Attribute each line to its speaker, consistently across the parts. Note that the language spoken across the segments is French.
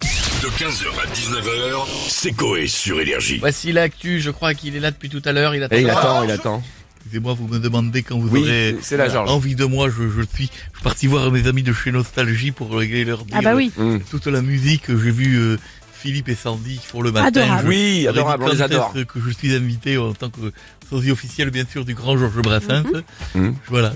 Speaker 1: De 15h à 19h, c'est Coé sur Énergie.
Speaker 2: Voici l'actu, je crois qu'il est là depuis tout à l'heure, il attend.
Speaker 3: Et il attend, il attend.
Speaker 4: Excusez-moi, vous me demandez quand vous
Speaker 3: Ah, Oui, euh,
Speaker 4: aurez
Speaker 3: c'est la Georges.
Speaker 4: envie de moi. Je, je suis je suis parti voir mes amis de chez Nostalgie pour régler leur dire
Speaker 5: Ah bah oui.
Speaker 3: Mm.
Speaker 4: toute la musique. J'ai vu euh, Philippe et Sandy pour le matin.
Speaker 5: Adorable.
Speaker 4: Je-
Speaker 3: Ah Oui,
Speaker 4: leur ai dit
Speaker 3: adorable, on les
Speaker 4: quand
Speaker 3: adore.
Speaker 4: est-ce que je suis invité en tant que sosie officiel, bien sûr, du grand Georges Brassens.
Speaker 3: Mhm.
Speaker 4: Voilà.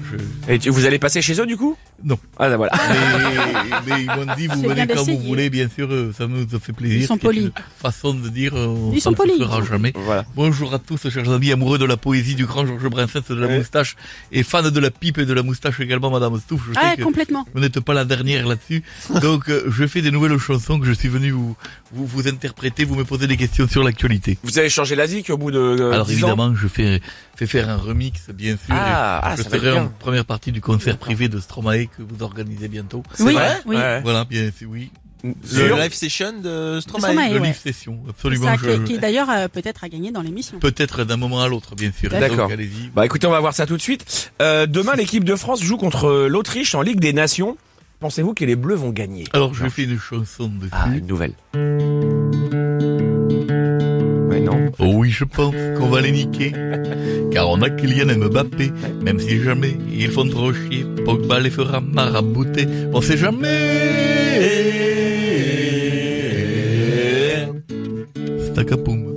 Speaker 4: Je...
Speaker 3: Et tu- vous allez passer chez eux du coup
Speaker 4: Non.
Speaker 3: Ah bah, voilà.
Speaker 4: Mais, mais ils m'ont dit, vous
Speaker 5: C'est
Speaker 4: venez
Speaker 5: bien
Speaker 4: quand vous
Speaker 5: d'essayer.
Speaker 4: voulez, bien sûr, euh, ça me ça fait plaisir.
Speaker 5: Ils sont
Speaker 4: C'est une
Speaker 5: polis.
Speaker 4: Façon de dire, euh, on
Speaker 5: Ils sont
Speaker 4: ne se
Speaker 5: polis.
Speaker 4: fera jamais.
Speaker 3: Voilà.
Speaker 4: Bonjour à tous, chers amis amoureux de la poésie du grand Georges Brassens, de la
Speaker 3: Ouais.
Speaker 4: moustache et fan de la pipe et de la moustache également, Madame Stouff. Je sais
Speaker 5: Ah,
Speaker 4: que
Speaker 5: complètement.
Speaker 4: vous n'êtes pas la dernière là-dessus. Donc, euh, je fais des nouvelles chansons que je suis venu vous, vous, vous interpréter, vous me posez des questions sur l'actualité.
Speaker 3: Vous avez changé la zik au bout de euh,
Speaker 4: Alors
Speaker 3: 10 ans
Speaker 4: évidemment, je fais, fais faire un remix, bien sûr.
Speaker 3: Ah,
Speaker 4: Et
Speaker 3: ah,
Speaker 4: je
Speaker 3: ça va être
Speaker 4: serai en
Speaker 3: bien.
Speaker 4: première partie du concert privé de Stromae que vous organisez bientôt.
Speaker 5: Oui,
Speaker 3: vrai
Speaker 5: oui.
Speaker 3: Ouais.
Speaker 4: Voilà, bien sûr, oui.
Speaker 3: Sur-
Speaker 6: session de
Speaker 3: Ah,
Speaker 5: Stromae,
Speaker 4: Le
Speaker 5: ouais.
Speaker 4: live session,
Speaker 5: C'est
Speaker 4: absolument.
Speaker 5: ça,
Speaker 4: je-
Speaker 5: qui, qui d'ailleurs euh, peut-être a gagné dans l'émission.
Speaker 4: Peut-être d'un moment à l'autre, bien sûr.
Speaker 3: D'accord.
Speaker 4: Donc, Allez-y.
Speaker 3: Bah écoutez, on va voir ça tout de suite. Euh, demain, l'équipe de France joue contre euh, l'Autriche en Ligue des Nations. Pensez-vous que les Bleus vont gagner
Speaker 4: Alors, je fais une chanson dessus.
Speaker 3: Ah, une nouvelle. Ouais, non.
Speaker 4: Oh oui, je pense qu'on va les niquer. Car on a Kylian Mbappé, même si jamais ils font trop chier. Pogba les fera marabouter, on sait jamais. Stacapoum.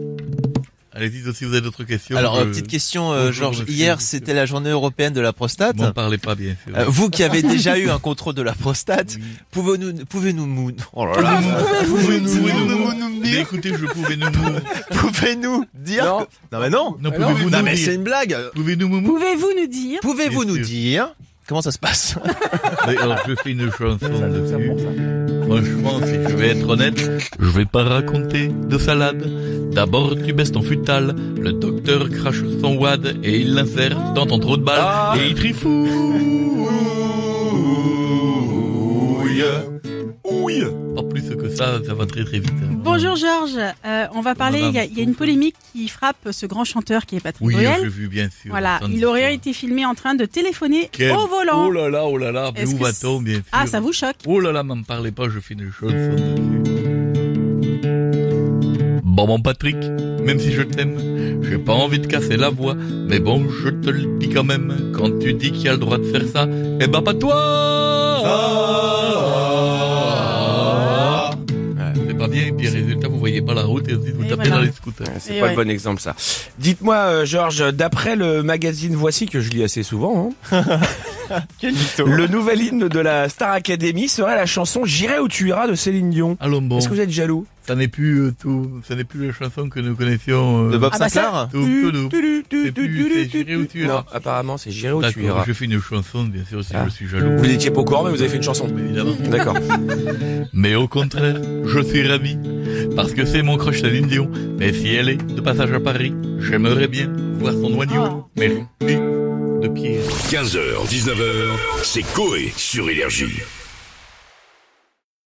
Speaker 4: Allez-y, si vous avez d'autres questions.
Speaker 6: Alors,
Speaker 4: je-
Speaker 6: euh, petite question, euh,
Speaker 4: bonjour,
Speaker 6: Georges.
Speaker 4: monsieur,
Speaker 6: Hier,
Speaker 4: monsieur.
Speaker 6: c'était la journée européenne de la prostate.
Speaker 4: M'en parlez pas, bien sûr.
Speaker 6: Euh, vous qui avez déjà eu un contrôle de la prostate,
Speaker 4: bah. Oui.
Speaker 6: pouvez-nous, pouvez-nous, mou- oh là
Speaker 4: Ah,
Speaker 6: là.
Speaker 4: Pouvez-nous-
Speaker 6: Pouvez-nous nous
Speaker 4: Mais
Speaker 6: dire,
Speaker 4: écoutez, je pouvais nous mou-
Speaker 6: pouvez-nous dire,
Speaker 3: Non.
Speaker 6: que- non mais non,
Speaker 4: Bah Non, pouvez-vous
Speaker 6: non
Speaker 4: nous
Speaker 6: mais c'est
Speaker 4: dire
Speaker 6: une blague.
Speaker 4: Pouvez-nous mou-
Speaker 5: Pouvez-vous nous dire
Speaker 6: Pouvez-vous
Speaker 4: Bien sûr.
Speaker 6: nous dire comment ça se passe
Speaker 4: Mais alors, je fais une chanson dessus. Franchement, si je vais être honnête, je vais pas raconter de salade. D'abord, tu baisses ton futal. Le docteur crache son wad et il l'insère dans ton trou de balle.
Speaker 3: Ah.
Speaker 4: Et il trifouille.
Speaker 3: Oui.
Speaker 4: Pas plus que ça, ça va très très vite. hein.
Speaker 5: Bonjour Georges, Euh, on va parler, il y, a- il y a une polémique qui frappe ce grand chanteur qui est Patrick
Speaker 4: Oui, j'ai
Speaker 5: Bruel.
Speaker 4: vu, bien sûr.
Speaker 5: Voilà,
Speaker 4: Tandis
Speaker 5: il aurait
Speaker 4: que-
Speaker 5: été filmé en train de téléphoner
Speaker 4: Quel-
Speaker 5: au volant.
Speaker 4: Oh là là, oh là là, mais
Speaker 5: Est-ce
Speaker 4: où
Speaker 5: que
Speaker 4: va-t-on, bien sûr
Speaker 5: Ah, ça vous choque
Speaker 4: Oh là là, m'en parlez pas, je fais une chanson dessus. Bon, mon Patrick, même si je t'aime, j'ai pas envie de casser la voix, mais bon, je te le dis quand même, quand tu dis qu'il y a le droit de faire ça, eh ben pas toi Ah, C'est pas bien, et puis résultat, vous voyez pas la route, et ensuite vous
Speaker 5: Et
Speaker 4: tapez
Speaker 5: voilà.
Speaker 4: dans les scooters.
Speaker 3: C'est
Speaker 5: Et
Speaker 3: pas
Speaker 5: ouais.
Speaker 3: le bon exemple ça. Dites-moi, euh, Georges, d'après le magazine Voici que je lis assez souvent, hein, le nouvel hymne de la Star Academy serait la chanson J'irai où tu iras de Céline Dion.
Speaker 4: Allons bon,
Speaker 3: Est-ce que vous êtes jaloux
Speaker 4: ça n'est plus euh, tout, ça n'est plus la chanson que nous connaissions. euh,
Speaker 6: De Bob
Speaker 5: Ah bah ça-
Speaker 6: Sinclair
Speaker 4: tout, tout, tout. C'est plus, c'est J'irai où tu iras.
Speaker 3: Non, apparemment c'est J'irai où tu
Speaker 4: D'accord,
Speaker 3: iras.
Speaker 4: je fais une chanson, bien sûr, si
Speaker 3: Ah.
Speaker 4: je suis jaloux.
Speaker 3: Vous n'étiez pas au courant, mais vous avez fait une chanson.
Speaker 4: Évidemment.
Speaker 3: D'accord.
Speaker 4: Mais au contraire, je suis ravi, parce que c'est mon crush Céline Dion. Mais si elle est de passage à Paris, j'aimerais bien voir son oignon.
Speaker 5: Oh.
Speaker 4: Mais lui, de pied.
Speaker 1: 15h, 19h, c'est Coé sur Énergie.